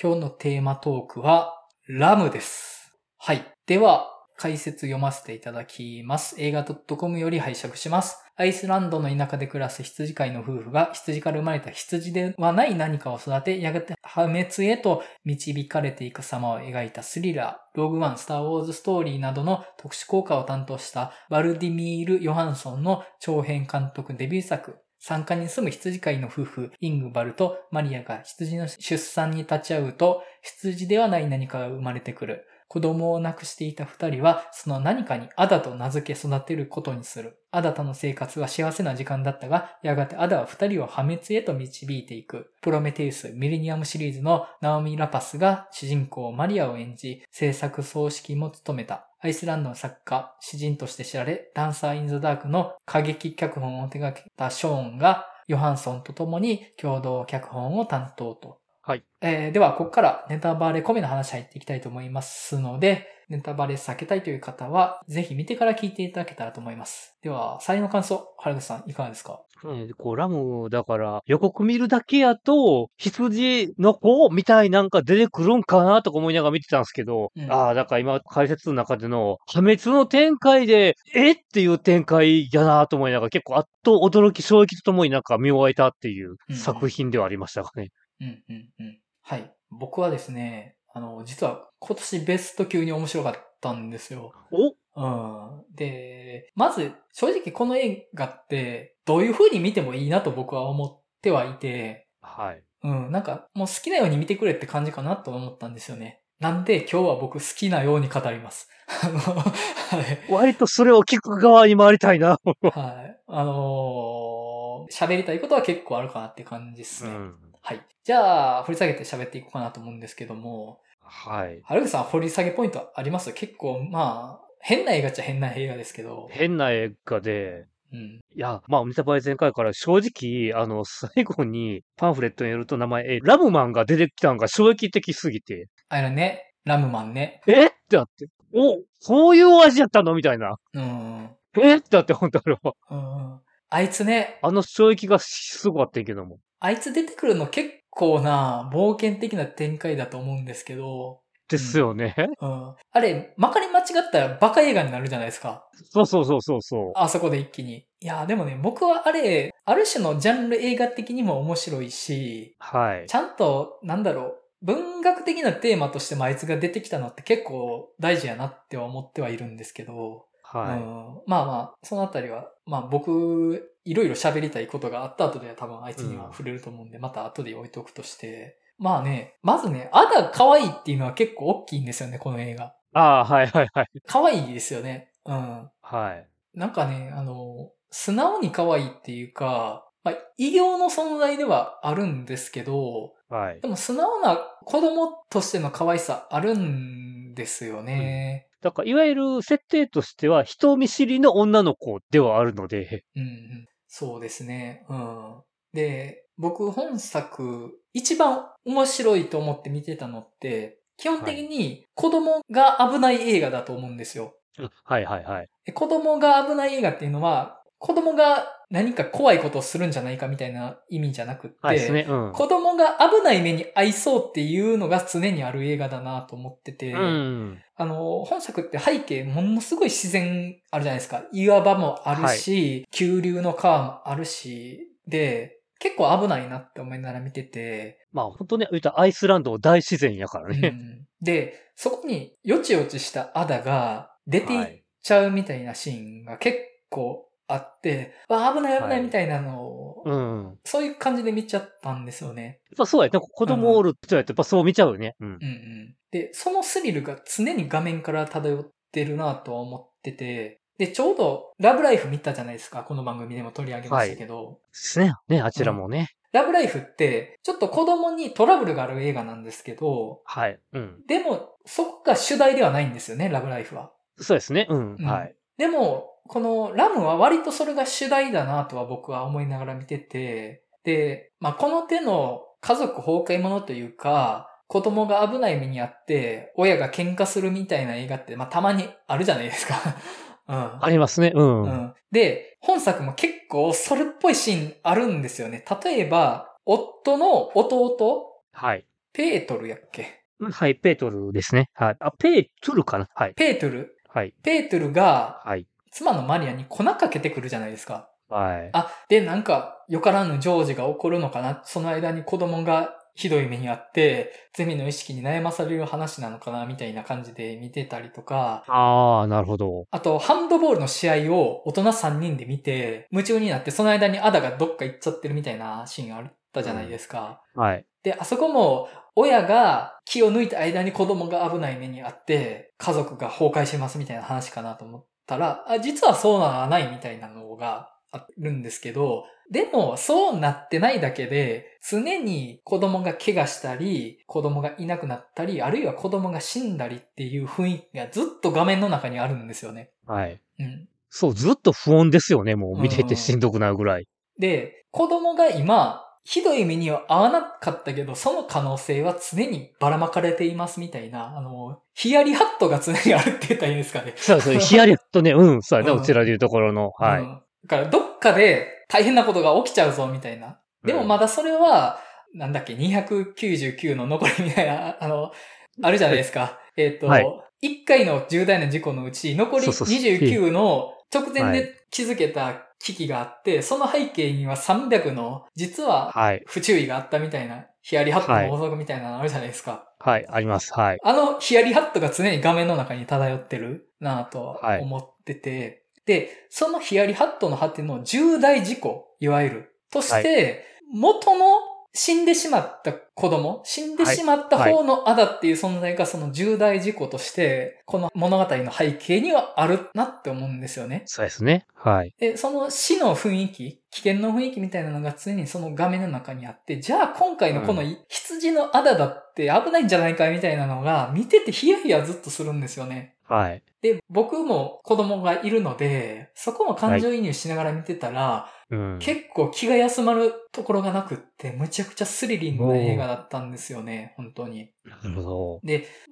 今日のテーマトークは、ラムです。はい。では、解説読ませていただきます。映画 .com より拝借します。アイスランドの田舎で暮らす羊飼いの夫婦が羊から生まれた羊ではない何かを育て、やがて破滅へと導かれていく様を描いたスリラー、ローグワン、スターウォーズストーリーなどの特殊効果を担当したバルディミール・ヨハンソンの長編監督デビュー作、参加に住む羊飼いの夫婦、イングバルとマリアが羊の出産に立ち会うと、羊ではない何かが生まれてくる。子供を亡くしていた二人は、その何かにアダと名付け育てることにする。アダとの生活は幸せな時間だったが、やがてアダは二人を破滅へと導いていく。プロメテウス・ミレニアムシリーズのナオミ・ラパスが主人公マリアを演じ、制作総指揮も務めた。アイスランドの作家、詩人として知られ、ダンサー・イン・ザ・ダークの過激脚本を手掛けたショーンが、ヨハンソンと共に共同脚本を担当と。はい。えーでは、ここからネタバレ込みの話入っていきたいと思いますので、ネタバレ避けたいという方は、ぜひ見てから聞いていただけたらと思います。では、最後の感想、原口さん、いかがですかねこうラム、だから、予告見るだけやと、羊の子みたいなんか出てくるんかなとか思いながら見てたんですけど、うんああ、だから今解説の中での破滅の展開で、えっていう展開やなと思いながら、結構あっと驚き、衝撃とともになんか見終えたっていううん作品ではありましたかね。うん、うん、うん。はい。僕はですね、あの、実は今年ベスト級に面白かったんですよ。おうん。で、まず、正直この映画って、どういう風に見てもいいなと僕は思ってはいて、はい。うん、なんか、もう好きなように見てくれって感じかなと思ったんですよね。なんで、今日は僕好きなように語ります。 あの、はい。割とそれを聞く側に回りたいな。はい。あのー喋りたいことは結構あるかなって感じですね。ん。はい。じゃあ、掘り下げて喋っていこうかなと思うんですけども、はい。原口さん掘り下げポイントあります結構、まあ、変な映画っちゃ変な映画ですけど。変な映画で、うん。いや、まあ、ネタバレ前回から正直、あの、最後にパンフレットによると名前、え、ラムマンが出てきたのが衝撃的すぎて、あれね、ラムマンね。えってなって、お、こういう味やったのみたいな。うん。えってなって、本当あれは。うん。あいつね、あの衝撃がすごかったんやけども。あいつ出てくるの結構な冒険的な展開だと思うんですけど、ですよね。うん。あれ、まかり間違ったらバカ映画になるじゃないですか。そうそうそうそうそう。あそこで一気に。いや、でもね、僕はあれ、ある種のジャンル映画的にも面白いし、はいち。ゃんと、なんだろう、文学的なテーマとしてもあいつが出てきたのって結構大事やなっては思ってはいるんですけど、うはんまあまあ、そのあたりは、まあ僕、いろいろ喋りたいことがあった後では多分あいつには触れると思うんで、また後で置いとくとして、まあね、まずね、アダ可愛いっていうのは結構大きいんですよね、この映画。い。ああ、はいはいはい。可愛いですよね。うん。はい。なんかね、あの、素直に可愛いっていうか、まあ、異形の存在ではあるんですけど、はい。でも素直な子供としての可愛さあるんですよね。だから、いわゆる設定としては、人見知りの女の子ではあるので、うんうん、そうですね。うん。で、僕本作、一番面白いと思って見てたのって、基本的に子供が危ない映画だと思うんですよ。はいはいはい。で子供が危ない映画っていうのは、子供が何か怖いことをするんじゃないかみたいな意味じゃなくって、はいですね。うん。子供が危ない目に遭いそうっていうのが常にある映画だなと思ってて、うん。あの、本作って背景ものすごい自然あるじゃないですか。岩場もあるし、急流の川もあるし、で、結構危ないなって思いながら見てて、まあ、本当ね、言うたらアイスランド大自然やからうね。んで、そこによちよちしたアダが出ていっちゃうみたいなシーンが結構あって、わあ危ない危ないみたいなのを、うん。やっそういう感じで見ちゃったんですよね。ぱそうやね。子供おる人やとやっぱそう見ちゃうよね。うんう。んうん。で、そのスリルが常に画面から漂ってるなとは思ってて、で、ちょうど、ラブライフ見たじゃないですか。この番組でも取り上げましたけど、ですね。ね、あちらもね。ラブライフって、ちょっと子供にトラブルがある映画なんですけど、はい。うん。でも、そこが主題ではないんですよね、ラブライフは。そうですね。うん。うんはい。でも、このラムは割とそれが主題だなとは僕は思いながら見てて、で、まあ、この手の家族崩壊ものというか、子供が危ない目にあって、親が喧嘩するみたいな映画って、まあ、たまにあるじゃないですか。 うん。ありますね。うん。うはいん。で、本作も結構それっぽいシーンあるんですよね。例えば、夫の弟はい。ペートルやっけはい、ペートルですね。はい。あ、ペートルかなはい。ペートルはい。ペートルがはい。妻のマリアに粉かけてくるじゃないですか。はい。あ、で、なんか、よからぬジョージが起こるのかなその間に子供がひどい目にあって、ゼミの意識に悩まされる話なのかなみたいな感じで見てたりとか、ああ、なるほど。あと、ハンドボールの試合を大人3人で見て、夢中になって、その間にアダがどっか行っちゃってるみたいなシーンあったじゃないですか。はい。で、あそこも、親が気を抜いた間に子供が危ない目にあって、家族が崩壊しますみたいな話かなと思ったら、あ、実はそうならないみたいなのがあるんですけど、でも、そうなってないだけで、常に子供が怪我したり、子供がいなくなったり、あるいは子供が死んだりっていう雰囲気がずっと画面の中にあるんですよね。はい。うん。そう、ずっと不穏ですよね。もう見てうてんしんどくなるぐらい。で、子供が今、ひどい目には合わなかったけど、その可能性は常にばらまかれていますみたいな、あの、ヒヤリハットが常にあるって言ったらいいですかね。そう そう、ヒヤリとね、うん、そうやね、うんうちらでいうところの。はうい。んだから、どっかで大変なことが起きちゃうぞみたいな。でもまだそれは、なんだっけ、299の残りみたいな、 あの、あるじゃないですか。えっ、と、はい1回の重大な事故のうち、残りそうそう29の直前はで気づけた危機があって、その背景には300の、実ははい。不注意があったみたいな、ヒヤリハットの法則みたいなのあるじゃないですか。はい、あります。はい。あのヒヤリハットが常に画面の中に漂ってるなぁとはい思ってて、で、そのヒヤリハットの果ての重大事故、いわゆる、として、元の死んでしまった子供、死んでしまった方のアダっていう存在がその重大事故として、この物語の背景にはあるなって思うんですよね。そうですね。はい。で、その死の雰囲気、危険の雰囲気みたいなのが常にその画面の中にあって、じゃあ今回のこのう羊のアダだって危ないんじゃないかみたいなのが、見ててヒヤヒヤずっとするんですよね。はい。で、僕も子供がいるので、そこも感情移入しながら見てたら、うん。結構気が休まるところがなくって、むちゃくちゃスリリングな映画だったんですよね、本当に。なるほど。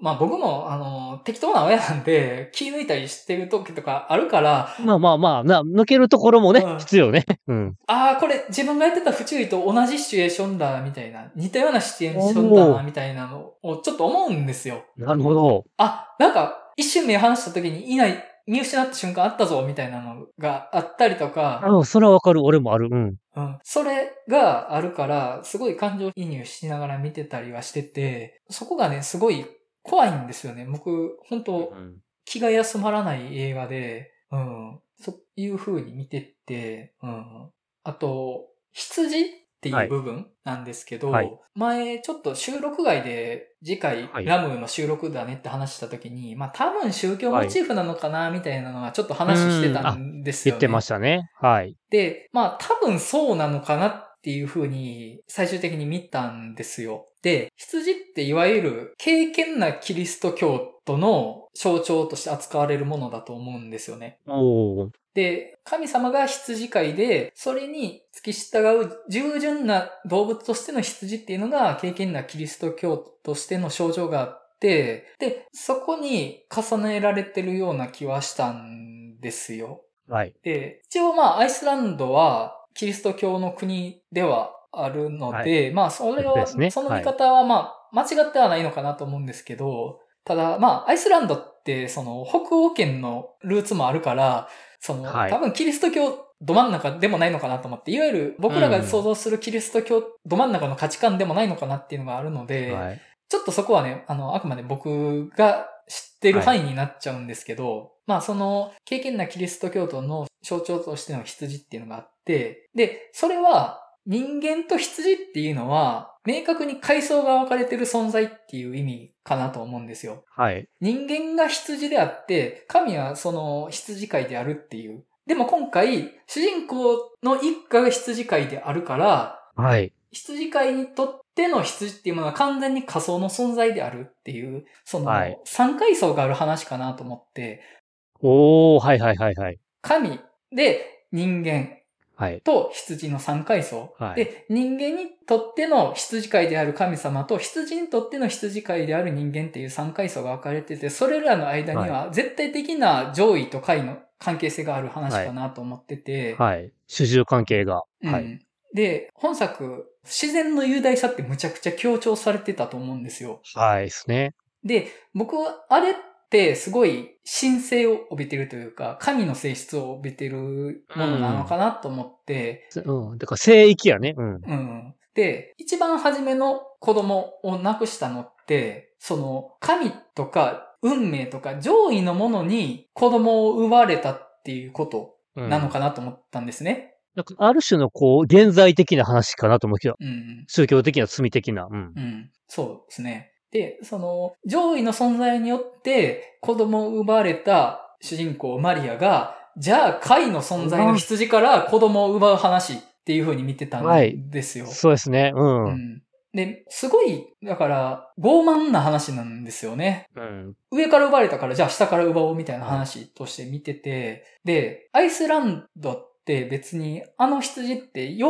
まあ僕も、あの、適当な親なんで、気抜いたりしてる時とかあるから、まあまあまあ、な、抜けるところもねうん、必要ね。うん。ああ、これ自分がやってた不注意と同じシチュエーションだ、みたいな。似たようなシチュエーションだおな、みたいなのをちょっと思うんですよ。なるほど。あ、なんか、一瞬目離した時にいない、見失った瞬間あったぞ、みたいなのがあったりとか、あそれはわかる。俺もある。うん。うん、それがあるから、すごい感情移入しながら見てたりはしてて、そこがね、すごい怖いんですよね。僕、本当うん気が休まらない映画で、うん、そういう風に見てって、うん、あと、羊っていう部分なんですけど、はい前ちょっと収録外で次回はいラムの収録だねって話した時に、まあ多分宗教モチーフなのかなみたいなのはちょっと話してたんですよね。言ってましたね。はい。で、まあ多分そうなのかなっていう風に最終的に見たんですよ。で、羊っていわゆる敬虔なキリスト教徒の象徴として扱われるものだと思うんですよね。おお。で、神様が羊飼いで、それに付き従う従順な動物としての羊っていうのが、敬虔なキリスト教徒としての症状があって、で、そこに重ねられてるような気はしたんですよ。はい。で、一応まあ、アイスランドは、キリスト教の国ではあるので、まあ、それそうは、ですねその見方はまあ、間違ってはないのかなと思うんですけど、ただ、まあ、アイスランドって、その、北欧圏のルーツもあるから、その、はい多分キリスト教ど真ん中でもないのかなと思って、いわゆる僕らが想像するキリスト教ど真ん中の価値観でもないのかなっていうのがあるので、はい。ちょっとそこはね、あの、あくまで僕が知ってる範囲になっちゃうんですけど、まあその、敬虔なキリスト教徒の象徴としての羊っていうのがあって、で、それは人間と羊っていうのは、明確に階層が分かれてる存在っていう意味かなと思うんですよ。はい。人間が羊であって、神はその羊飼いであるっていう。でも今回、主人公の一家が羊飼いであるから、はい。羊飼いにとっての羊っていうものは完全に仮想の存在であるっていう、そのはい三階層がある話かなと思って、おおはいはいはいはい。神で人間はい。と羊の三階層、はいで、人間にとっての羊飼いである神様と羊にとっての羊飼いである人間っていう三階層が分かれてて、それらの間には絶対的な上位と下位の関係性がある話かなと思ってて、はい。主従関係が。うんはい。で、本作、自然の雄大さってむちゃくちゃ強調されてたと思うんですよ。はいですね。で、僕は、あれってすごい神聖を帯びてるというか、神の性質を帯びてるものなのかなと思って、うん。だから、聖域やね。ううん。ん。で、一番初めの子供を亡くしたのって、その、神とか運命とか上位のものに子供を奪われたっていうことうん、なのかなと思ったんですね。なんかある種のこう、現在的な話かなと思うけど、うん宗教的な罪的な。うん。うん。そうですね。で、その、上位の存在によって子供を奪われた主人公マリアが、じゃあ、貝の存在の羊から子供を奪う話っていう風に見てたはいんですよ。そうですね。うん。う。うんん。で、すごい、だから、傲慢な話なんですよね。うん。上から奪われたから、じゃあ下から奪おうみたいな話として見てて、で、アイスランドって別に、あの羊って羊毛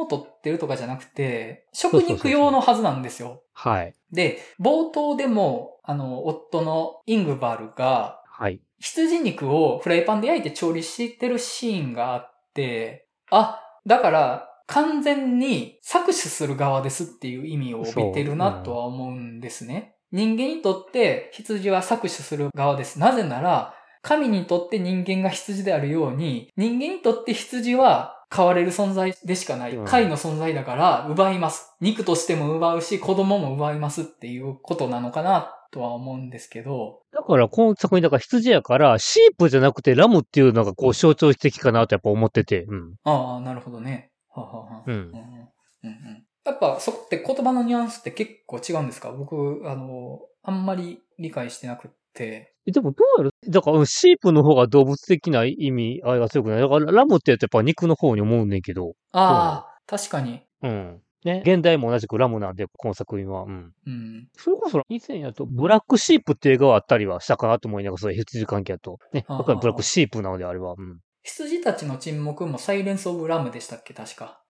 を取ってるとかじゃなくて、食肉用のはずなんですよ。はい。で、冒頭でも、あの、夫のイングバルが、はい。羊肉をフライパンで焼いて調理してるシーンがあって、あ、だから、完全に搾取する側ですっていう意味を帯びてるそうなうんとは思うんですね。人間にとって羊は搾取する側です。なぜなら、神にとって人間が羊であるように、人間にとって羊は飼われる存在でしかないうん。貝の存在だから奪います。肉としても奪うし、子供も奪いますっていうことなのかなとは思うんですけど、だから、この作品、だから羊やから、シープじゃなくてラムっていうのがこう象徴的かなとやっぱ思ってて。うん。ああ、なるほどね。はあはあはあううんん。うんうんやっぱそこって言葉のニュアンスって結構違うんですか僕、あの、あんまり理解してなくって。えでもどうやるだからうん、シープの方が動物的な意味合いが強くない。だから、ラムってやつやっぱ肉の方に思うねんけど。ああ、確かに。うん。ね。現代も同じくラムなんで、この作品は。うん。うん。それこそ以前やと、ブラックシープって映画はあったりはしたかなと思いながら、そういう羊関係やと。ね。はあだからブラックシープなのであれば。うん。羊たちの沈黙もサイレンス・オブ・ラムでしたっけ確か。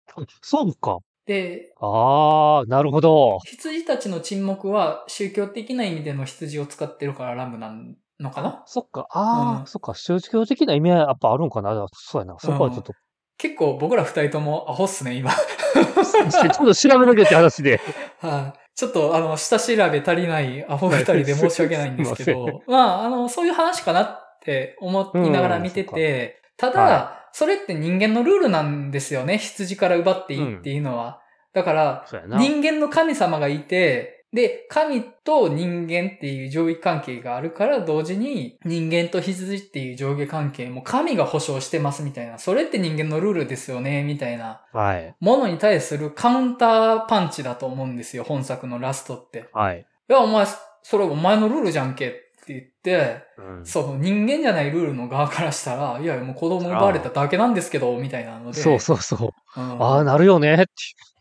そうか。で、あー、なるほど。羊たちの沈黙は宗教的な意味での羊を使ってるからラムなんのかなそっか。あー、うんそっか。宗教的な意味はやっぱあるんかな。そうやな。そこはちょっと、 結構僕ら二人ともアホっすね、今。ちょっと調べなきゃって 話で。はい、ちょっと、あの、下調べ足りないアホ二人で申し訳ないんですけ すいまど、まあ、あの、そういう話かなって思いながら見てて、ただ、はそれって人間のルールなんですよね。羊から奪っていいっていうのは。だから、そうやな。人間の神様がいて、で、神と人間っていう上位関係があるから、同時に人間と羊っていう上下関係も神が保証してますみたいな、それって人間のルールですよね、みたいな。はい。ものに対するカウンターパンチだと思うんですよ、本作のラストって。はい。いや、お前、それお前のルールじゃんけって言って、うんその人間じゃないルールの側からしたら、いや、もう子供奪われただけなんですけど、みたいなので、そうそうそうう。んあー、なるよね。って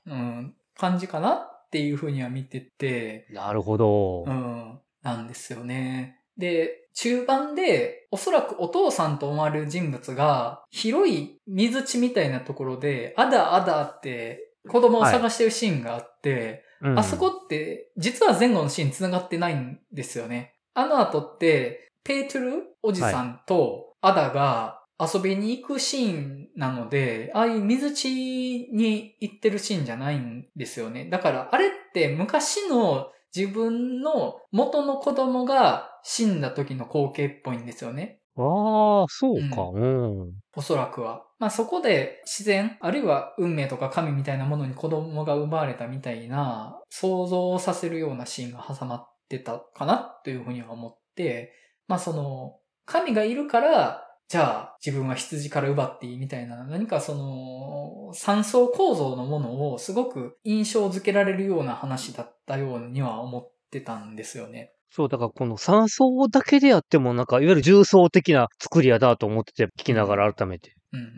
うん、感じかなっていうふうには見てて、なるほどう。ん、なんですよね。で、中盤で、おそらくお父さんと思われる人物が、広い水地みたいなところで、あだあだって、子供を探してるシーンがあって、うんあそこって、実は前後のシーン繋がってないんですよね。あの後って、ペートゥルおじさんとアダが遊びに行くシーンなので、ああいう水地に行ってるシーンじゃないんですよね。だから、あれって昔の自分の元の子供が死んだ時の光景っぽいんですよね。ああ、そうか。うん。おそらくは。まあそこで自然、あるいは運命とか神みたいなものに子供が奪われたみたいな想像をさせるようなシーンが挟まってたかなというふうには思って、まあその、神がいるから、じゃあ自分は羊から奪っていいみたいな、何かその、三層構造のものをすごく印象づけられるような話だったようには思ってたんですよね。そう、だからこの三層だけでやっても、なんか、いわゆる重層的な作りやだと思ってて、聞きながら改めて。うんうん。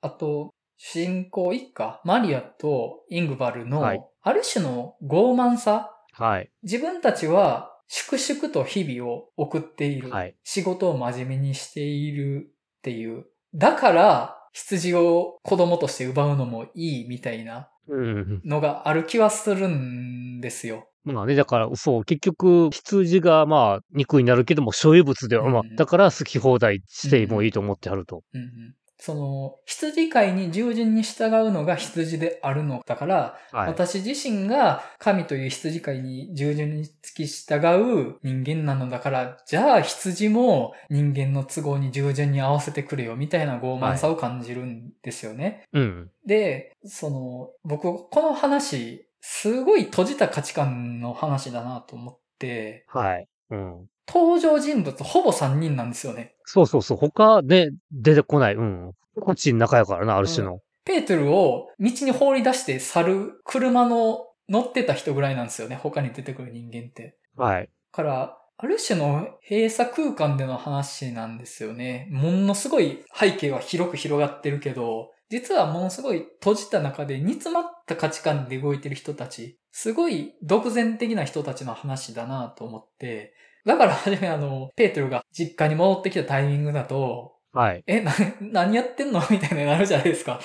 あと、主人公一家、マリアとイングバルの、はいある種の傲慢さ。はい。自分たちは粛々と日々を送っている。はい仕事を真面目にしているっていう。だから、羊を子供として奪うのもいいみたいなうん。のがある気はするんですよ。まあね、だから、そう、結局、羊が、まあ、肉になるけども、所有物では、まあう、んだから、好き放題しうてんもいいと思ってはると。うんうんその、羊飼いに従順に従うのが羊であるのだから、はい。私自身が神という羊飼いに従順に付き従う人間なのだから、じゃあ羊も人間の都合に従順に合わせてくれよみたいな傲慢さを感じるんですよね。うん。で、その、僕、この話、すごい閉じた価値観の話だなと思って、はい。うん。登場人物ほぼ3人なんですよね。そうそうそう。他ね、出てこない。うん。こっちの中やからな、ある種の。ペートルを道に放り出して去る車の乗ってた人ぐらいなんですよね。他に出てくる人間って。はい。から、ある種の閉鎖空間での話なんですよね。ものすごい背景は広く広がってるけど、実はものすごい閉じた中で煮詰まった価値観で動いてる人たち、すごい独善的な人たちの話だなと思って、だから初めあの、ペートルが実家に戻ってきたタイミングだと、はい。え、な、何やってんのみたいになるじゃないですか。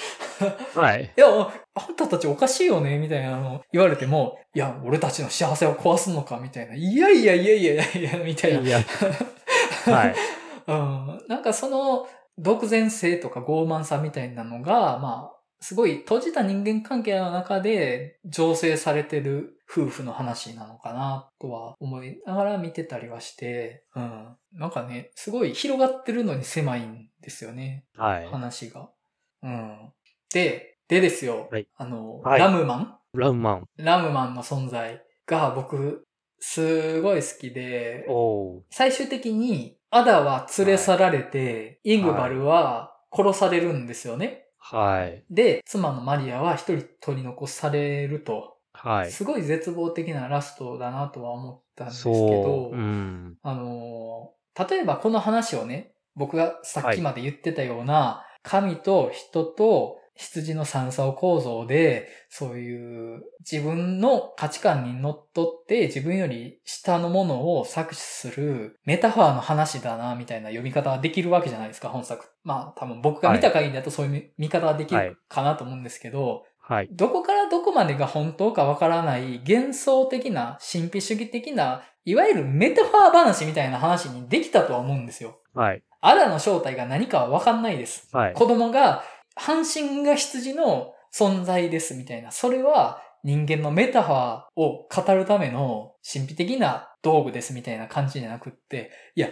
はい。いや、おあんたたちおかしいよねみたいなの言われても、いや、俺たちの幸せを壊すのかみたいな。いやいやいやいやいやいや、みたいな。いや。 はい。うん。なんかその、独善性とか傲慢さみたいなのが、まあ、すごい閉じた人間関係の中で醸成されてる夫婦の話なのかなとは思いながら見てたりはして、うん。なんかね、すごい広がってるのに狭いんですよね。はい。話が。うん。で、でですよ。はいあの、はいラムマンランマン。ラムマンの存在が僕、すごい好きで、おー。最終的にアダは連れ去られて、イングバルは殺されるんですよね。はい。で、妻のマリアは一人取り残されると、はい。すごい絶望的なラストだなとは思ったんですけど、そう。うん。あのー例えばこの話をね、僕がさっきまで言ってたような、神と人と羊の三層構造で、そういう自分の価値観にのっとって自分より下のものを搾取するメタファーの話だな、みたいな読み方はできるわけじゃないですか、本作。まあ多分僕が見た限りだとそういう見見方はできるかなと思うんですけど、はい。どこからどこまでが本当かわからない幻想的な神秘主義的な、いわゆるメタファー話みたいな話にできたとは思うんですよ。はい。アダの正体が何かはわかんないです。はい。子供が、半身が羊の存在ですみたいな。それは人間のメタファーを語るための神秘的な道具ですみたいな感じじゃなくって、いや、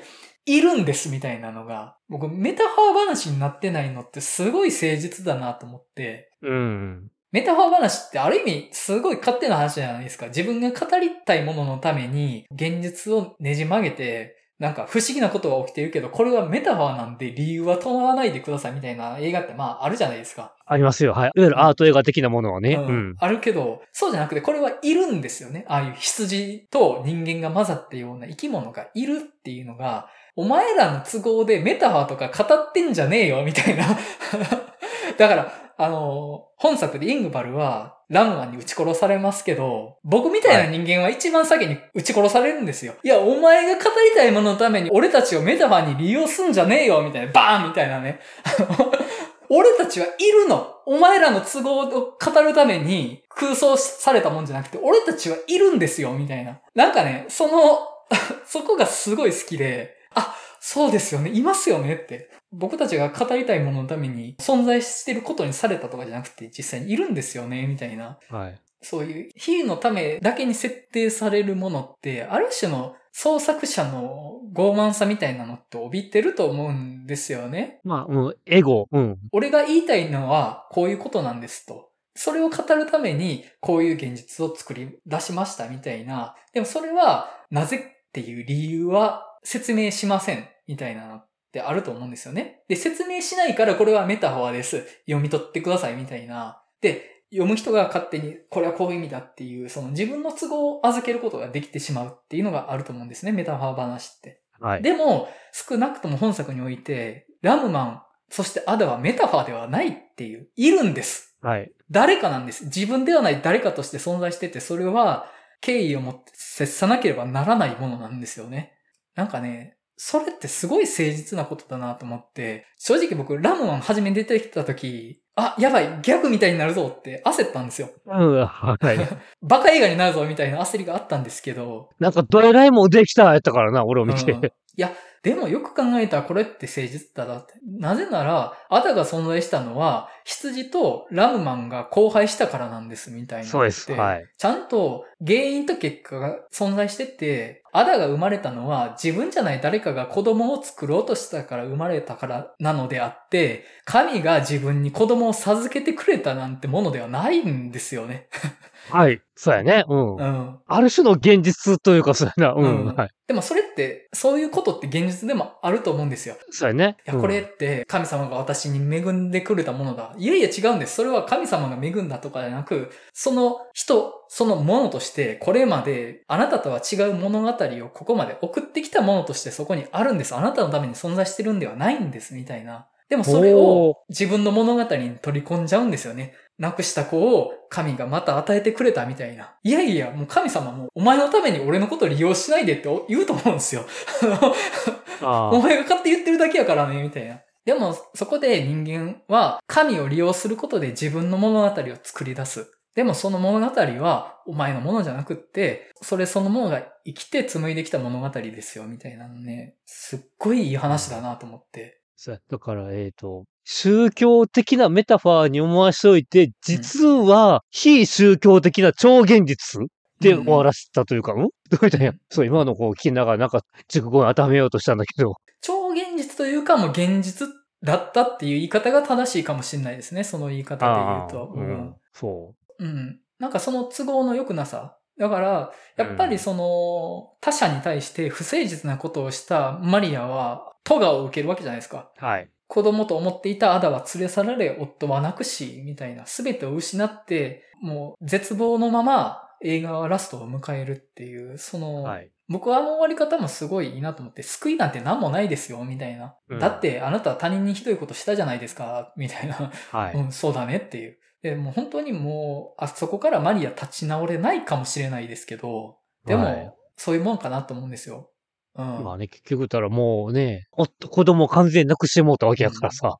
いるんですみたいなのが、僕メタファー話になってないのってすごい誠実だなと思って、うん。メタファー話ってある意味すごい勝手な話じゃないですか。自分が語りたいもののために現実をねじ曲げて、なんか不思議なことが起きてるけど、これはメタファーなんで理由は伴わないでくださいみたいな映画ってまああるじゃないですか。ありますよ。はい。いわゆるアート映画的なものはね。うん。あるけど、そうじゃなくてこれはいるんですよね。ああいう羊と人間が混ざったような生き物がいるっていうのが、お前らの都合でメタファーとか語ってんじゃねえよ、みたいな。だから、あの、本作でイングバルはラムマンに撃ち殺されますけど、僕みたいな人間は一番先に撃ち殺されるんですよ。いや、お前が語りたいもののために俺たちをメタファーに利用すんじゃねえよ、みたいな、バーンみたいなね。 俺たちはいるのお前らの都合を語るために空想されたもんじゃなくて、俺たちはいるんですよみたいな。なんかね、その、 そこがすごい好きで、あ、そうですよね、いますよねって。僕たちが語りたいもののために存在してることにされたとかじゃなくて、実際にいるんですよね、みたいな。はい。そういう、比喩のためだけに設定されるものって、ある種の創作者の傲慢さみたいなのって帯びてると思うんですよね。まあ、うん。エゴ。うん。俺が言いたいのはこういうことなんですと。それを語るためにこういう現実を作り出しましたみたいな。でもそれはなぜっていう理由は説明しませんみたいなのってあると思うんですよね。で、説明しないからこれはメタファーです。読み取ってくださいみたいな。で、読む人が勝手にこれはこういう意味だっていう、その自分の都合を預けることができてしまうっていうのがあると思うんですね。メタファー話って。はい。でも、少なくとも本作において、ラムマン、そしてアダはメタファーではないっていう、いるんです。はい。誰かなんです。自分ではない誰かとして存在してて、それは敬意を持って接さなければならないものなんですよね。なんかね、それってすごい誠実なことだなと思って、正直僕、ラムマン初めに出てきた時、あ、やばい、ギャグみたいになるぞって焦ったんですよ。うん。 はい。バカ映画になるぞみたいな焦りがあったんですけど、なんか、どえらいもんできたやったからな、俺を見て。うんいや、でもよく考えたらこれって誠実だなって。なぜなら、アダが存在したのは、羊とラムマンが交配したからなんです、みたいな。そうです。はい。ちゃんと原因と結果が存在してて、アダが生まれたのは自分じゃない誰かが子供を作ろうとしたから生まれたからなのであって、神が自分に子供を授けてくれたなんてものではないんですよね。はい。そうやね。うん。うん。ある種の現実というか、そうやな。うん。うんはい。でもそれって、そういうことって現実でもあると思うんですよ。そうやね。いや、これって神様が私に恵んでくれたものだ。いやいや違うんです。それは神様が恵んだとかじゃなく、その人、そのものとして、これまであなたとは違う物語をここまで送ってきたものとしてそこにあるんです。あなたのために存在してるんではないんです、みたいな。でもそれおーを自分の物語に取り込んじゃうんですよね。なくした子を神がまた与えてくれたみたいな。いやいや、もう神様もお前のために俺のことを利用しないでって言うと思うんですよ。うん。あおあ。前が勝手に言ってるだけやからね、みたいな。でも、そこで人間は神を利用することで自分の物語を作り出す。でもその物語はお前のものじゃなくって、それそのものが生きて紡いできた物語ですよ、みたいなのね。すっごいいい話だなと思って。そうやだから、えっ、と、宗教的なメタファーに思わしといて、実は非宗教的な超現実でうん終わらせたというか、うん、どういったんや。そう、今のこう聞きながら、なんか、熟語に当てはめようとしたんだけど。超現実というかもう現実だったっていう言い方が正しいかもしれないですね、その言い方で言うと。ああううんん。そう。うん。なんかその都合の良くなさ。だから、やっぱりその、他者に対して不誠実なことをしたマリアは、咎を受けるわけじゃないですか。はい。子供と思っていたアダは連れ去られ、夫は亡くし、みたいな、すべてを失って、もう絶望のまま映画はラストを迎えるっていう、その、はい。僕はあの終わり方もすごいいいなと思って、救いなんて何もないですよ、みたいな。うんだってあなたは他人にひどいことしたじゃないですか、みたいな。はい。うん、そうだねっていう。で、もう本当にもう、あそこからマリア立ち直れないかもしれないですけど、でも、はいそういうもんかなと思うんですよ。うん。まあね、結局たらもうね、おっと子供を完全になくしてもうたわけやからさ、うん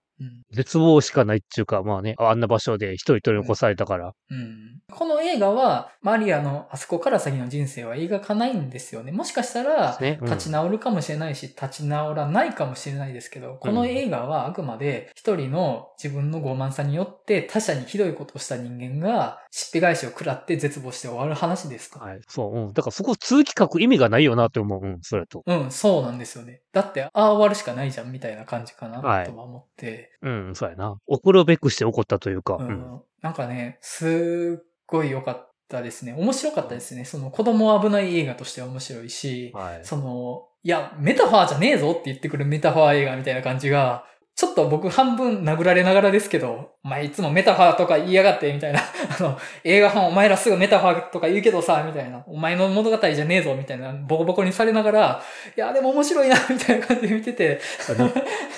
絶望しかないっていうか、まあね、あんな場所で一人取り残されたから。うん、この映画は、マリアのあそこから先の人生は描かないんですよね。もしかしたら、ねうん立ち直るかもしれないし、立ち直らないかもしれないですけど、こうのん映画はあくまで一人の自分の傲慢さによって他者にひどいことをした人間が、しっぺ返しを食らって絶望して終わる話ですから。はい。そう、うん。だからそこ通気書く意味がないよなって思う。うん、それと。うん、そうなんですよね。だって、ああ、終わるしかないじゃん、みたいな感じかな、はいとは思って、うん、そうやな。怒るべくして怒ったというか。う。うんん。なんかね、すっごい良かったですね。面白かったですね。その、子供危ない映画としては面白いし、 はい。その、いや、メタファーじゃねえぞって言ってくるメタファー映画みたいな感じが、ちょっと僕半分殴られながらですけど、お前いつもメタファーとか言いやがって、みたいな。 あの、映画ファンお前らすぐメタファーとか言うけどさ、みたいな。お前の物語じゃねえぞ、みたいな。ボコボコにされながら、いや、でも面白いな、みたいな感じで見てて。そうやな。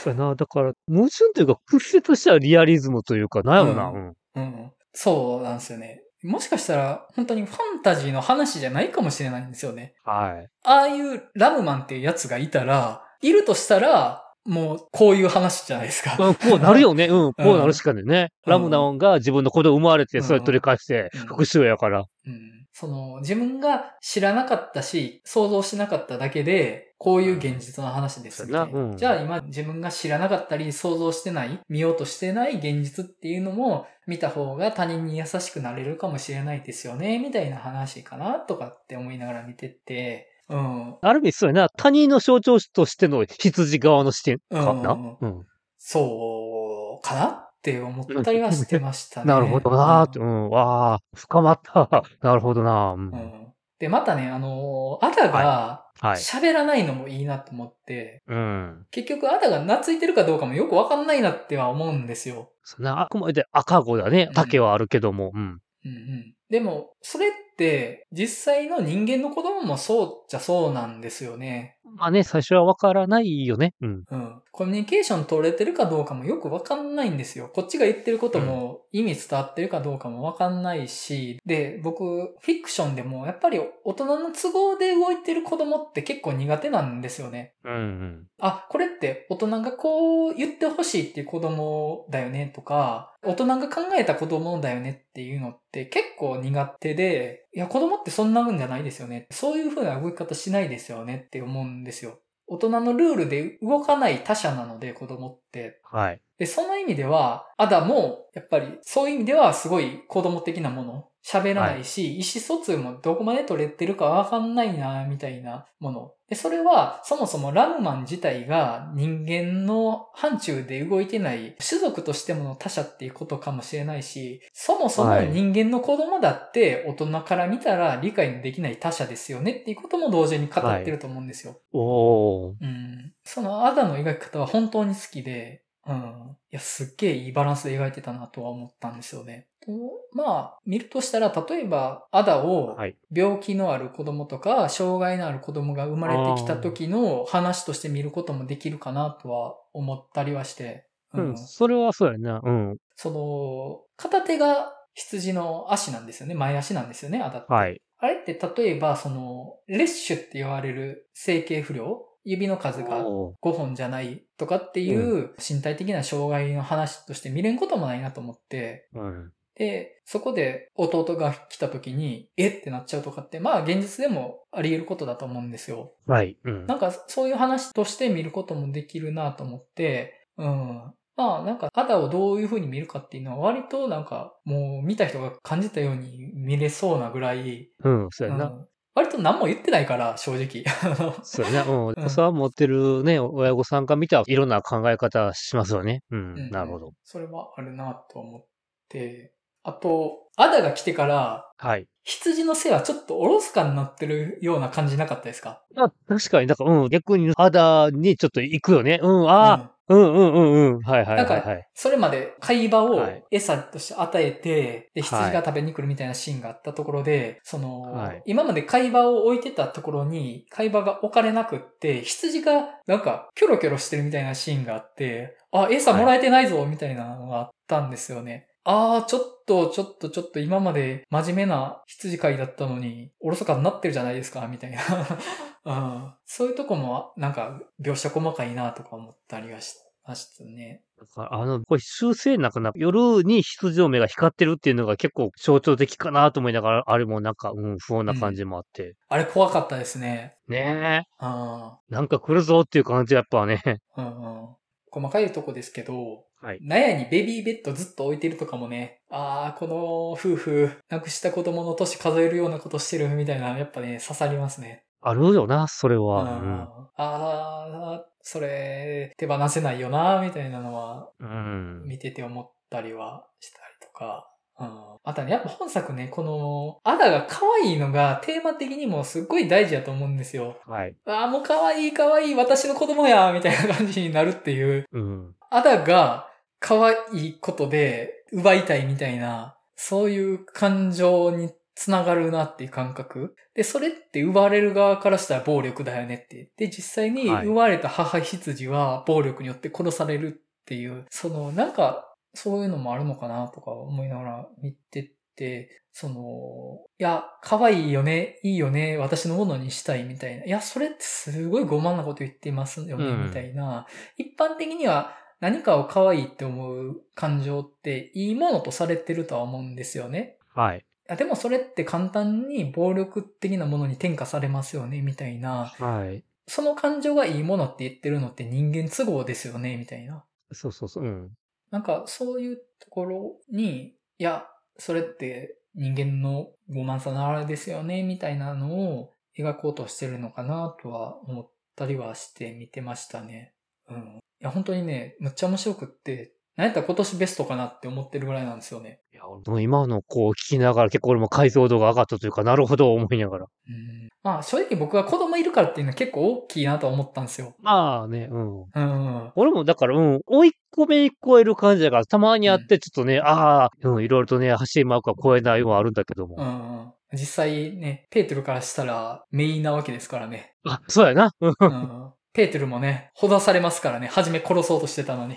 そうやな。だから、矛盾というか、屈折としてはリアリズムというか、なんやろな。う。うんうん。そうなんですよね。もしかしたら、本当にファンタジーの話じゃないかもしれないんですよね。はい。ああいうラムマンっていうやつがいたら、いるとしたら、もうこういう話じゃないです か。うん、こうなるよね。うん、こうなるしかないね。うんラムナオンが自分の子供生まれて、うんそれ取り返してうん、復讐やから。うんその、自分が知らなかったし、想像しなかっただけで、こういう現実の話ですみたいそうやなうんじゃあ今自分が知らなかったり想像してない、見ようとしてない現実っていうのも見た方が他人に優しくなれるかもしれないですよね、みたいな話かなとかって思いながら見てて、うん、ある意味、そうやな。他人の象徴としての羊側の視点かう。なんうん。そうかなって思ったりはしてましたね。なるほどなーって。うん。わあ、深まった。 なるほどなーうんう。んで、またね、あのーアダがはい。喋らないのもいいなと思って、うん。結局、あなたが懐いてるかどうかもよくわかんないなっては思うんですよ。そんな、あくまで赤子だねうん。竹はあるけども。ううん。んうん。でも、それって、実際の人間の子供もそうじゃそうなんですよね。まあね、最初はわからないよね。うん。うん。コミュニケーション取れてるかどうかもよくわかんないんですよ。こっちが言ってることも意味伝わってるかどうかもわかんないし、で、僕、フィクションでもやっぱり大人の都合で動いてる子供って結構苦手なんですよね。うんうん。あ、これって大人がこう言ってほしいっていう子供だよねとか、大人が考えた子供だよねっていうのって結構苦手で、いや、子供ってそんなもんじゃないですよね。そういう風な動き方しないですよねって思うんですよ。大人のルールで動かない他者なので、子供って。はい。で、その意味では、アダも、やっぱり、そういう意味では、すごい子供的なもの、喋らないし、意思疎通もどこまで取れてるかわかんないな、みたいなもの。で、それは、そもそもラムマン自体が人間の範疇で動いてない、種族としてもの他者っていうことかもしれないし、そもそもはい人間の子供だって、大人から見たら理解のできない他者ですよねっていうことも同時に語ってると思うんですよ。おー。うん。そのアダの描き方は本当に好きで、うん。いや、すっげえいいバランスで描いてたなとは思ったんですよね。とまあ、見るとしたら、例えば、アダをはい。病気のある子供とか、障害のある子供が生まれてきた時の話として見ることもできるかなとは思ったりはして、うん、それはそうやな。うん。その、片手が羊の足なんですよね。前足なんですよね、アダって。はい。あれって例えば、その、レッシュって言われる整形不良指の数がおー5本じゃないとかっていう身体的な障害の話として見れんこともないなと思って、うん。で、そこで弟が来た時に、えってなっちゃうとかって、まあ現実でもあり得ることだと思うんですよ。はい。うんな。んかそういう話として見ることもできるなと思って、うん。まあなんか、肌をどういう風に見るかっていうのは割となんか、もう見た人が感じたように見れそうなぐらい、うん、そうやうな。ん割と何も言ってないから、正直。 あのそうやな。うん。うんそれは持ってるね、親御さんが見たらいろんな考え方しますよね。うん。うんなるほど。それはあるなと思って、あと、アダが来てから、はい。羊の背はちょっとおろそかになってるような感じなかったですかあ、確かに、なんか、うん、逆に肌にちょっと行くよね。うん、ああ、うんうん、うん、うん、うん。はい、はない、んはいかはい。それまで貝羽をはい餌として与えて、で、はい羊が食べに来るみたいなシーンがあったところで、その、はい今まで貝羽を置いてたところに貝羽が置かれなくって、羊がなんかキョロキョロしてるみたいなシーンがあって、あ、餌もらえてないぞみたいなのがあったんですよね。ああ、ちょっと、ちょっと、ちょっと、今まで真面目な羊飼いだったのに、おろそかになってるじゃないですか、みたいな。 うん、そういうとこも、なんか、描写細かいなとか思ったりはしましたね。だからあの、これ修正なくな、夜に羊の目が光ってるっていうのが結構象徴的かなと思いながら、あれもなんか、うん、不穏な感じもあって。あれ怖かったですね。ねうん。え、なんか来るぞっていう感じはやっぱね。うんうん。細かいとこですけど、はい。納屋にベビーベッドずっと置いてるとかもね、あー、この夫婦、亡くした子供の年数えるようなことしてるみたいな、やっぱね、刺さりますね。あるよな、それうん。は。あー、それ、手放せないよな、みたいなのは、うん。うん。見てて思ったりはしたりとか。うん、あとね、やっぱ本作ね、この、アダが可愛いのがテーマ的にもすっごい大事だと思うんですよ。はい。ああ、もう可愛い可愛い私の子供やみたいな感じになるっていう。うん。アダが可愛いことで奪いたいみたいな、そういう感情につながるなっていう感覚。で、それって奪われる側からしたら暴力だよねって。で、実際にはい奪われた母羊は暴力によって殺されるっていう、その、なんか、そういうのもあるのかなとか思いながら見てて、その、いや、可愛いよね、いいよね、私のものにしたいみたいな。いや、それってすごい傲慢なこと言ってますよね、うんみたいな。一般的には何かを可愛いって思う感情っていいものとされてるとは思うんですよね。はい。いやでもそれって簡単に暴力的なものに転化されますよね、みたいな。はい。その感情がいいものって言ってるのって人間都合ですよね、みたいな。そうそうそう。うん。なんかそういうところに、いや、それって人間の傲慢さのあれですよね、みたいなのを描こうとしてるのかなとは思ったりはして見てましたね。うん。いや、本当にね、むっちゃ面白くって、なんやったら今年ベストかなって思ってるぐらいなんですよね。いや、俺も今のこう聞きながら結構俺も解像度が上がったというか、なるほど思いながら。うん。まあ正直僕は子供いるからっていうのは結構大きいなとは思ったんですよ。まあね、うん。うん。俺もだから、うん、追い込めに超える感じだから、たまにあって、ちょっとね、ああ、うん、いろいろとね、走り回るか超えないはあるんだけども。うん。実際ね、ペーテルからしたらメインなわけですからね。あ、そうやな。うんうんペーテルもね、ほだされますからね、初め殺そうとしてたのに。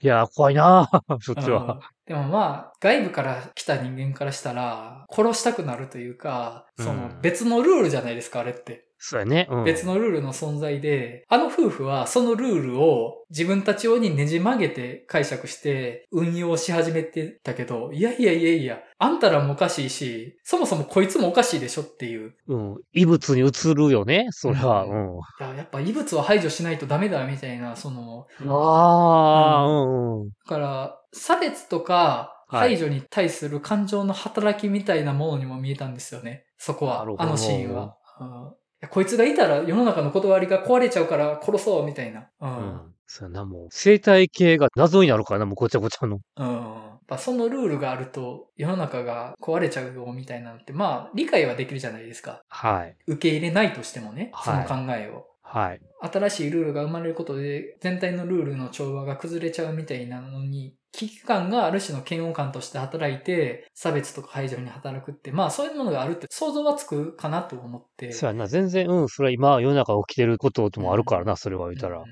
いや、怖いな、 そっちうんは。でもまあ、外部から来た人間からしたら、殺したくなるというか、そうのん別のルールじゃないですか、あれって。そうやね。うん。別のルールの存在で、あの夫婦はそのルールを自分たち用にねじ曲げて解釈して運用し始めてたけど、いやいやいやいや、あんたらもおかしいし、そもそもこいつもおかしいでしょっていう。うん。異物に映るよね。それは。ううん。いや、やっぱ異物は排除しないとダメだみたいな、その、ああ、うんうん。だから、差別とか、はい排除に対する感情の働きみたいなものにも見えたんですよね。そこなはるほ、どあのシーンは。うんいやこいつがいたら世の中の断りが壊れちゃうから殺そうみたいな。ううんん。そうやな、もう。生態系が謎になるからな、もうごちゃごちゃの。うん。やっぱそのルールがあると世の中が壊れちゃうよみたいなのって、まあ理解はできるじゃないですか。はい。受け入れないとしてもね、そのはい考えを。はい。新しいルールが生まれることで全体のルールの調和が崩れちゃうみたいなのに、危機感がある種の嫌悪感として働いて、差別とか排除に働くって、まあそういうものがあるって想像はつくかなと思って。そうやな、全然、うん、それは今、世の中起きてることもあるからな、それは言うたらうん。うん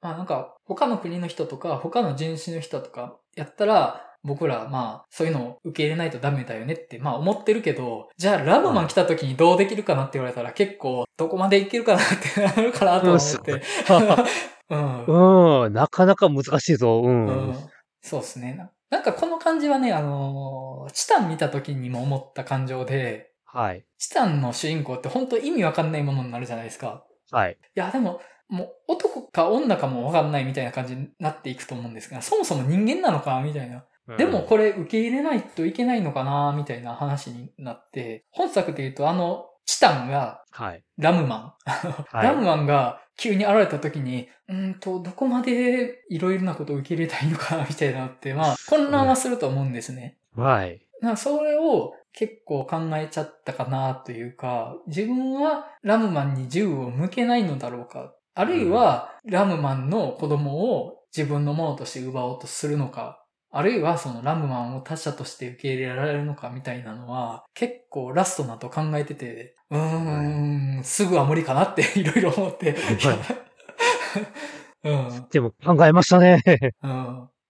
まあなんか、他の国の人とか、他の人種の人とかやったら、僕ら、まあ、そういうのを受け入れないとダメだよねって、まあ思ってるけど、じゃあラブマン来た時にどうできるかなって言われたら、結構、どこまでいけるかなってなるかなと思って。 うん。 うん、なかなか難しいぞ、うん。うんそうですね。ななんかこの感じはね、あのーチタン見た時にも思った感情で、はい。チタンの主人公って本当意味わかんないものになるじゃないですか。はい。いや、でも、もう男か女かもわかんないみたいな感じになっていくと思うんですが、そもそも人間なのかみたいな。でもこれ受け入れないといけないのかなみたいな話になって、本作で言うとあの、チタンが、はい。ラムマン。はい。ラムマンが急に現れた時に、うーんと、どこまでいろいろなことを受け入れたいのかな、みたいなのって、まあ、混乱はすると思うんですね。はい。なんかそれを結構考えちゃったかな、というか、自分はラムマンに銃を向けないのだろうか、あるいは、ラムマンの子供を自分のものとして奪おうとするのか、あるいはそのラムマンを他者として受け入れられるのかみたいなのは結構ラストなと考えてて、うーん、すぐは無理かなって いろいろ思って。うん、うん。でも考えましたね。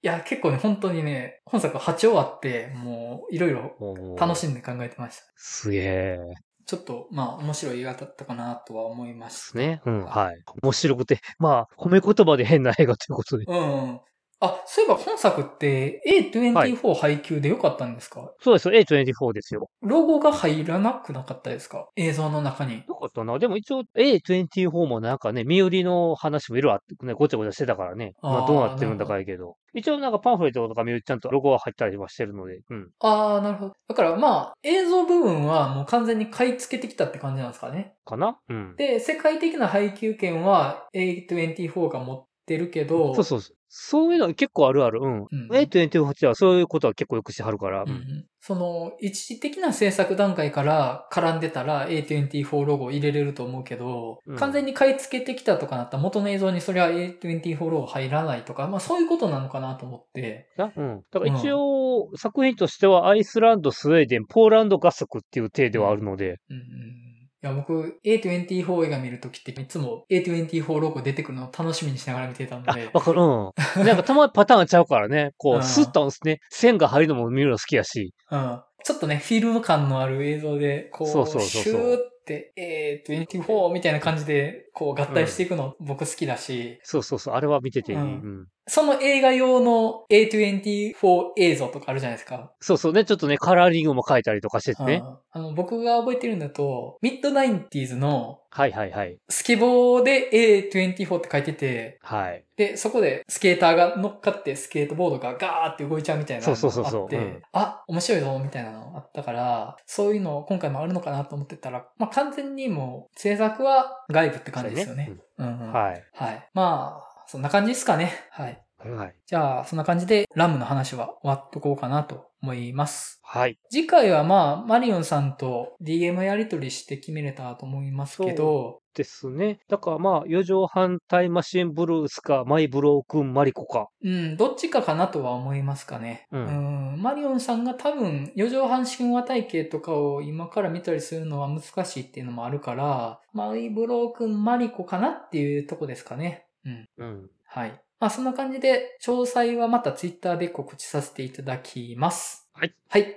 いや、結構ね、本当にね、本作8終わって、もういろいろ楽しい。んで考えてました。すげえ。ちょっと、まあ、面白い映画だったかなとは思いまですすね。うん、はい。面白くて、まあ、褒め言葉で変な映画ということで。うん。あ、そういえば本作って A24 配給でよかったんですか、そうですよ、A24 ですよ。ロゴが入らなくなかったですか映像の中に。よかったな。でも一応 A24 もなんかね、身売りの話もいろいろあってね、ごちゃごちゃしてたからね。まあーあどうなってるんだかいいけど。一応なんかパンフレットとか見るとちゃんとロゴは入ったりはしてるので。うん。ああ、なるほど。だからまあ、映像部分はもう完全に買い付けてきたって感じなんですかね。かなうん。で、世界的な配給権は A24 が持ってるけど、そうそうそう。そういうの結構あるある。うん。うん A28 はそういうことは結構よくしてはるから。うんうんその、一時的な制作段階から絡んでたら A24 ロゴ入れれると思うけど、うん完全に買い付けてきたとかなったら元の映像にそれは A24 ロゴ入らないとか、まあそういうことなのかなと思って、なうん。だから一応、作品としてはアイスランド、スウェーデン、ポーランド合作っていう体ではあるので。うんうんいや、僕、A24 映画見るときって、いつも A24 ロゴ出てくるのを楽しみにしながら見てたのあで、、わかる。うん。なんかたまにパターンちゃうからね。うこう、んスッとね、線が入るのも見るの好きやし。うん。ちょっとね、フィルム感のある映像で、こう、そうそうそうそうシューって、A24 みたいな感じで、こう、合体していくの僕好きだし、そうそうそう。あれは見てていい。ううんん。その映画用の A24 映像とかあるじゃないですか。そうそうね。ちょっとね、カラーリングも変えたりとかしててねう。んあの僕が覚えてるんだと、ミッドナインティーズのはいはいはい。スケボーで A24 って書いてて、はい。で、そこでスケーターが乗っかってスケートボードがガーって動いちゃうみたいなのがあって、そうそうそうそううんあ、面白いぞみたいなのあったから、そういうの今回もあるのかなと思ってたら、まあ完全にもう制作は外部って感じですよね。そううんうんはい。はい。まあ、そんな感じですかね。はい。はい。じゃあ、そんな感じでラムの話は終わっとこうかなと思います。はい。次回はまあ、マリオンさんと DM やり取りして決めれたと思いますけど、ですね。だからまあ、四畳半タイムマシンブルースか、マイブロークンマリコか。うん、どっちかかなとは思いますかね。うんんマリオンさんが多分、四畳半神話体系とかを今から見たりするのは難しいっていうのもあるから、マイブロー君マリコかなっていうとこですかね。うん。うん。はい。まあそんな感じで、詳細はまたツイッターで告知させていただきます。はい。はい。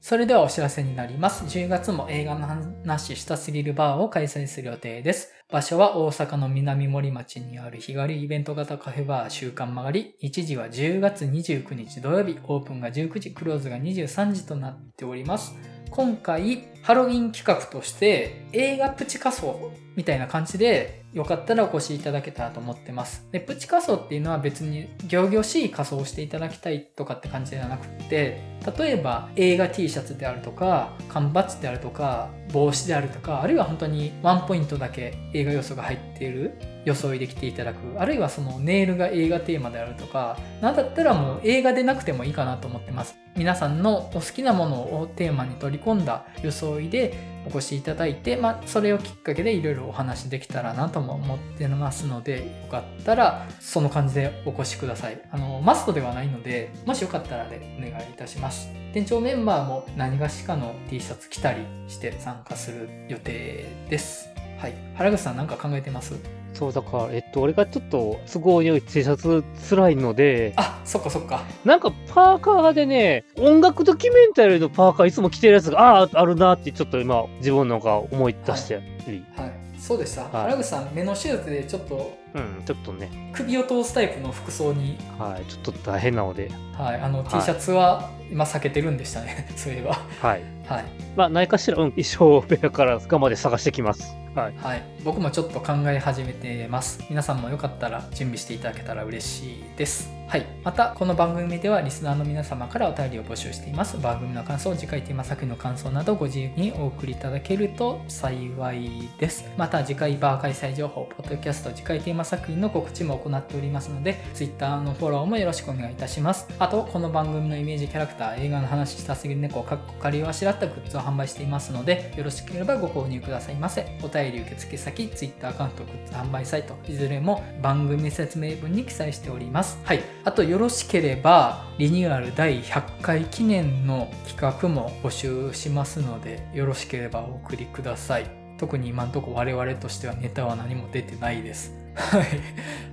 それではお知らせになります。10月も映画の話したスリルバーを開催する予定です。場所は大阪の南森町にある日帰りイベント型カフェバー週刊曲がり。日時は10月29日土曜日、オープンが19時、クローズが23時となっております。今回、ハロウィン企画として映画プチ仮装みたいな感じで、よかったらお越しいただけたらと思ってます。で、プチ仮装っていうのは別に行々しい仮装をしていただきたいとかって感じではなくって、例えば映画 T シャツであるとか、缶バッジであるとか、帽子であるとか、あるいは本当にワンポイントだけ映画要素が入っている装いで来ていただく、あるいはそのネイルが映画テーマであるとか、なんだったらもう映画でなくてもいいかなと思ってます。皆さんのお好きなものをテーマに取り込んだ装いでお越しいただいて、まあ、それをきっかけでいろいろお話できたらなとも思ってますので、よかったらその感じでお越しください。あの、マストではないので、もしよかったらでお願いいたします。店長メンバーも何がしかの T シャツ着たりして参加する予定です。はい。原口さんなんか考えてますそう、だから、えっと、俺がちょっと都合によい T シャツ辛いので、あ、そっかそっか。なんかパーカーでね、音楽ドキュメンタリーのパーカーいつも着てるやつが、ああ、あるなってちょっと今自分のが思い出してり、はい。そうでした。い原口さん、目の手術でちょっとうん、ちょっとね、首を通すタイプの服装に、はい、ちょっと大変なので、はい、あのい T シャツは今避けてるんでしたね、 そういえば。はい。はい。まあ、ないかしら、うん、衣装部屋から我まで探してきます。はい。はい、僕もちょっと考え始めてます皆さんもよかったら準備していただけたら嬉しいですはいまたこの番組ではリスナーの皆様からお便りを募集しています番組の感想次回テーマ作品の感想などご自由にお送りいただけると幸いですまた次回バー開催情報ポッドキャスト次回テーマ作品の告知も行っておりますので Twitter のフォローもよろしくお願いいたしますあとこの番組のイメージキャラクター映画の話したすぎる猫をかっこ仮をあしらったグッズを販売していますのでよろしければご購入くださいませお便り受付先 Twitter アカウントグッズ販売サイトいずれも番組説明文に記載しておりますはいあとよろしければリニューアル第100回記念の企画も募集しますのでよろしければお送りください特に今んとこ我々としてはネタは何も出てないですはい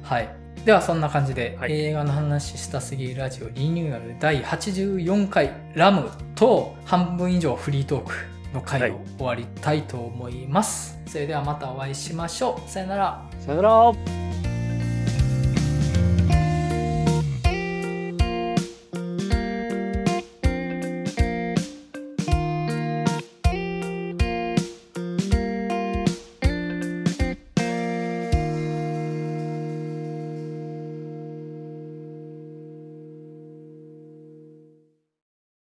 はいではそんな感じで、はい映画の話したすぎるラジオリニューアル第84回ラムと半分以上フリートークの回を終わりたいと思います、それではまたお会いしましょうさよならさよなら。